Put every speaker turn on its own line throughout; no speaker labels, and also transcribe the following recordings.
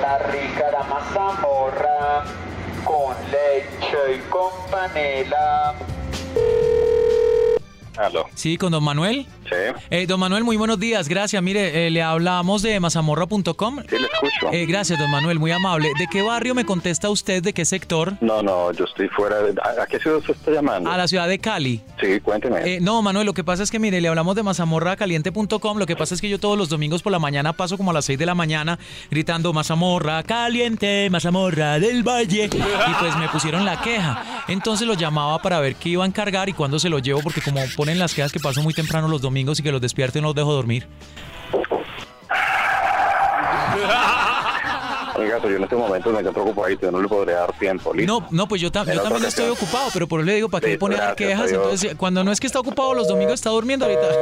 la rica la mazamorra con leche y con panela.
Aló.
Sí, con don Manuel.
Sí,
Eh, don Manuel, muy buenos días, gracias. Mire, eh, le hablamos de mazamorra.com.
sí le escucho.
Eh, gracias, don Manuel, muy amable. ¿De qué barrio me contesta usted? ¿De qué sector?
No, no, yo estoy fuera de... ¿A, a qué ciudad usted está llamando?
A la ciudad de Cali.
Sí, cuénteme.
Eh, no, Manuel, lo que pasa es que, mire, le hablamos de mazamorracaliente.com. Lo que pasa es que yo todos los domingos por la mañana paso como a las 6 de la mañana gritando mazamorra caliente, mazamorra del valle. Y pues me pusieron la queja. Entonces lo llamaba para ver qué iba a encargar y cuándo se lo llevo, porque como ponen las quejas que paso muy temprano los domingos y que los despierto y no los dejo dormir.
Oiga, pero yo en este momento me encuentro ocupadito, yo no le podré dar tiempo, ¿listo?
No, no, pues yo, ta-
En
yo
otra
también estoy
ocasión.
ocupado, pero por eso le digo, ¿para qué
Listo,
poner
gracias,
quejas?
adiós.
Entonces, cuando no es que está ocupado los domingos, está durmiendo ahorita.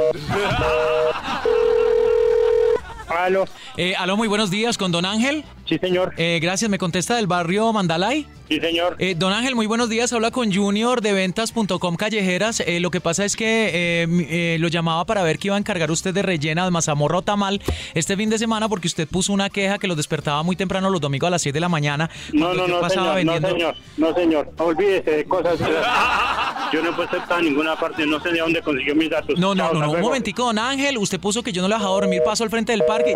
Aló.
Eh, aló, muy buenos días con don Ángel.
Sí, señor.
Eh, gracias, me contesta del barrio Mandalay.
Sí, señor.
Eh, don Ángel, muy buenos días. Habla con Junior de ventas.com callejeras. Eh, lo que pasa es que eh, m- eh, lo llamaba para ver qué iba a encargar usted de rellena de mazamorra o tamal este fin de semana porque usted puso una queja que los despertaba muy temprano los domingos a las 6 de la mañana.
No,
cuando
no,
yo
no,
pasaba
señor,
vendiendo-
no, señor, no, señor. Olvídese de cosas. Yo no he puesto en ninguna parte, no sé de dónde consiguió mis datos.
No, no, no,
Chao, hasta
no, un
luego.
momentico, don Ángel. Usted puso que yo no le dejaba dormir, paso al frente del parque.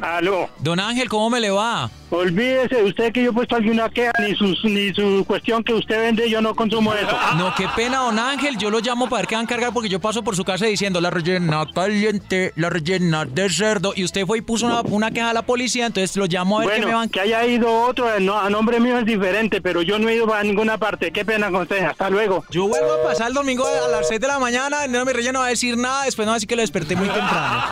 Aló,
Don Ángel, ¿cómo me le va?
olvídese usted que yo he puesto alguna queja, ni su, ni su cuestión que usted vende, yo no consumo eso.
No,
Ah.
qué pena, don Ángel. Yo lo llamo para ver qué van a cargar porque yo paso por su casa diciendo la rellena caliente, la rellena de cerdo. Y usted fue y puso una, una queja a la policía, entonces lo llamo a ver qué me
Bueno,
van
que haya ido otro eh, no, a nombre mío es diferente, pero yo no he ido a ninguna parte. Qué pena con usted. Hasta luego.
Yo vuelvo a pasar el domingo a las 6 de la mañana, no mi relleno va a decir nada, después no va a decir que lo desperté muy temprano.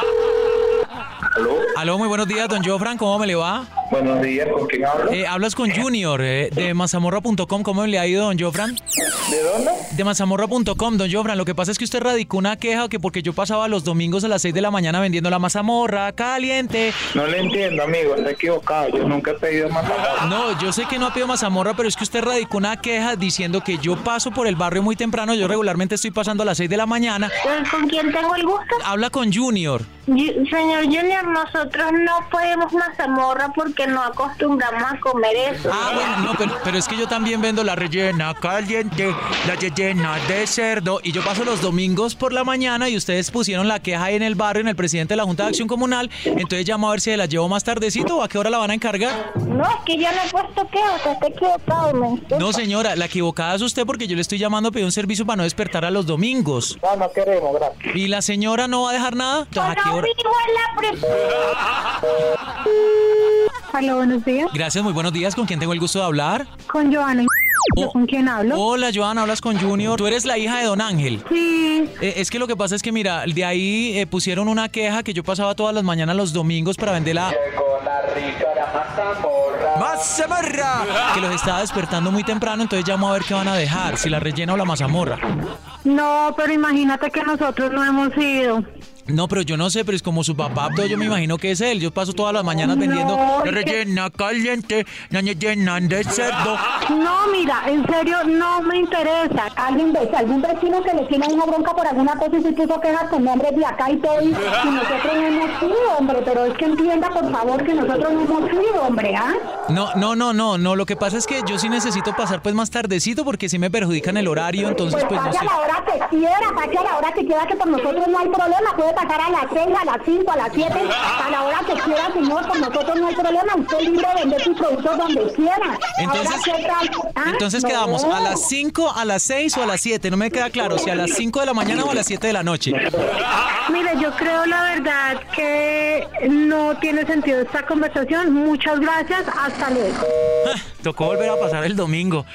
Aló,
Aló, muy buenos días, don Jofran, ¿cómo me le va?
buenos días, ¿con quién hablo?
Eh, hablas con Junior eh, de mazamorra.com, ¿cómo le ha ido, don Jofran?
¿De dónde?
De mazamorra.com, don Jofran, lo que pasa es que usted radicó una queja que porque yo pasaba los domingos a las 6 de la mañana vendiendo la mazamorra caliente.
No le entiendo, amigo, está equivocado. Yo nunca he pedido mazamorra.
No, yo sé que no ha pedido mazamorra, pero es que usted radicó una queja diciendo que yo paso por el barrio muy temprano, yo regularmente estoy pasando a las 6 de la mañana.
Eh, ¿Con quién tengo el gusto?
Habla con Junior.
Ju- señor Junior, nosotros no podemos mazamorra porque no acostumbramos a comer eso.
Ah, bueno, no, pero, pero es que yo también vendo la rellena caliente, la rellena de cerdo. Y yo paso los domingos por la mañana y ustedes pusieron la queja ahí en el barrio, en el presidente de la Junta de Acción Comunal. Entonces llamo a ver si la llevo más tardecito o a qué hora la van a encargar.
No, es que yo no he puesto que, o sea, está equivocado, me disculpa.
No, señora, la equivocada es usted porque yo le estoy llamando a pedir un servicio para no despertar a los domingos.
Ah, No, no queremos, gracias.
¿Y la señora no va a dejar nada? Entonces, ¿a qué
Pero
hora?
vivo en la
Hola, buenos días.
Gracias, muy buenos días. ¿Con quién tengo el gusto de hablar?
Con Joana.
Oh.
¿Con quién hablo?
Hola, Joana, hablas con Junior. Tú eres la hija de Don Ángel.
Sí.
Eh, es que lo que pasa es que, mira, de ahí eh, pusieron una queja que yo pasaba todas las mañanas los domingos para vender la
Llegó la rica la mazamorra.
mazamorra, que los estaba despertando muy temprano, entonces llamo a ver qué van a dejar, si la rellena o la mazamorra.
No, pero imagínate que nosotros no hemos ido.
No, pero yo no sé, pero es como su papá, todo yo me imagino que es él. Yo paso todas las mañanas
No,
vendiendo la
es que-
rellena caliente, la rellena de cerdo.
No, mira, en serio, no me interesa.
Alguien ve- algún vecino que le tiene una bronca por alguna cosa y se puso quejas con nombres de acá y todo, y, y nosotros no hemos sido, hombre, pero es que entienda, por favor, que nosotros no hemos sido, hombre, ¿ah?
No, no, no, no, no, lo que pasa es que yo sí necesito pasar pues más tardecito porque si me perjudican el horario, entonces pues
Pues
no
pase a
sé.
la hora que quiera, pase a la hora que quiera, que por nosotros no hay problema, puede pasar a las seis, a las cinco, a las siete, a la hora que quiera, señor, por nosotros no hay problema, usted libre de vender sus productos donde quiera.
Entonces-
Ahora, ¿qué tal? ¿Ah?
Entonces
No.
quedamos a las 5, a las 6 o a las 7. No me queda claro si a las 5 de la mañana o a las 7 de la noche.
Mira, yo creo la verdad que no tiene sentido esta conversación. Muchas gracias. Hasta luego.
Tocó volver a pasar el domingo.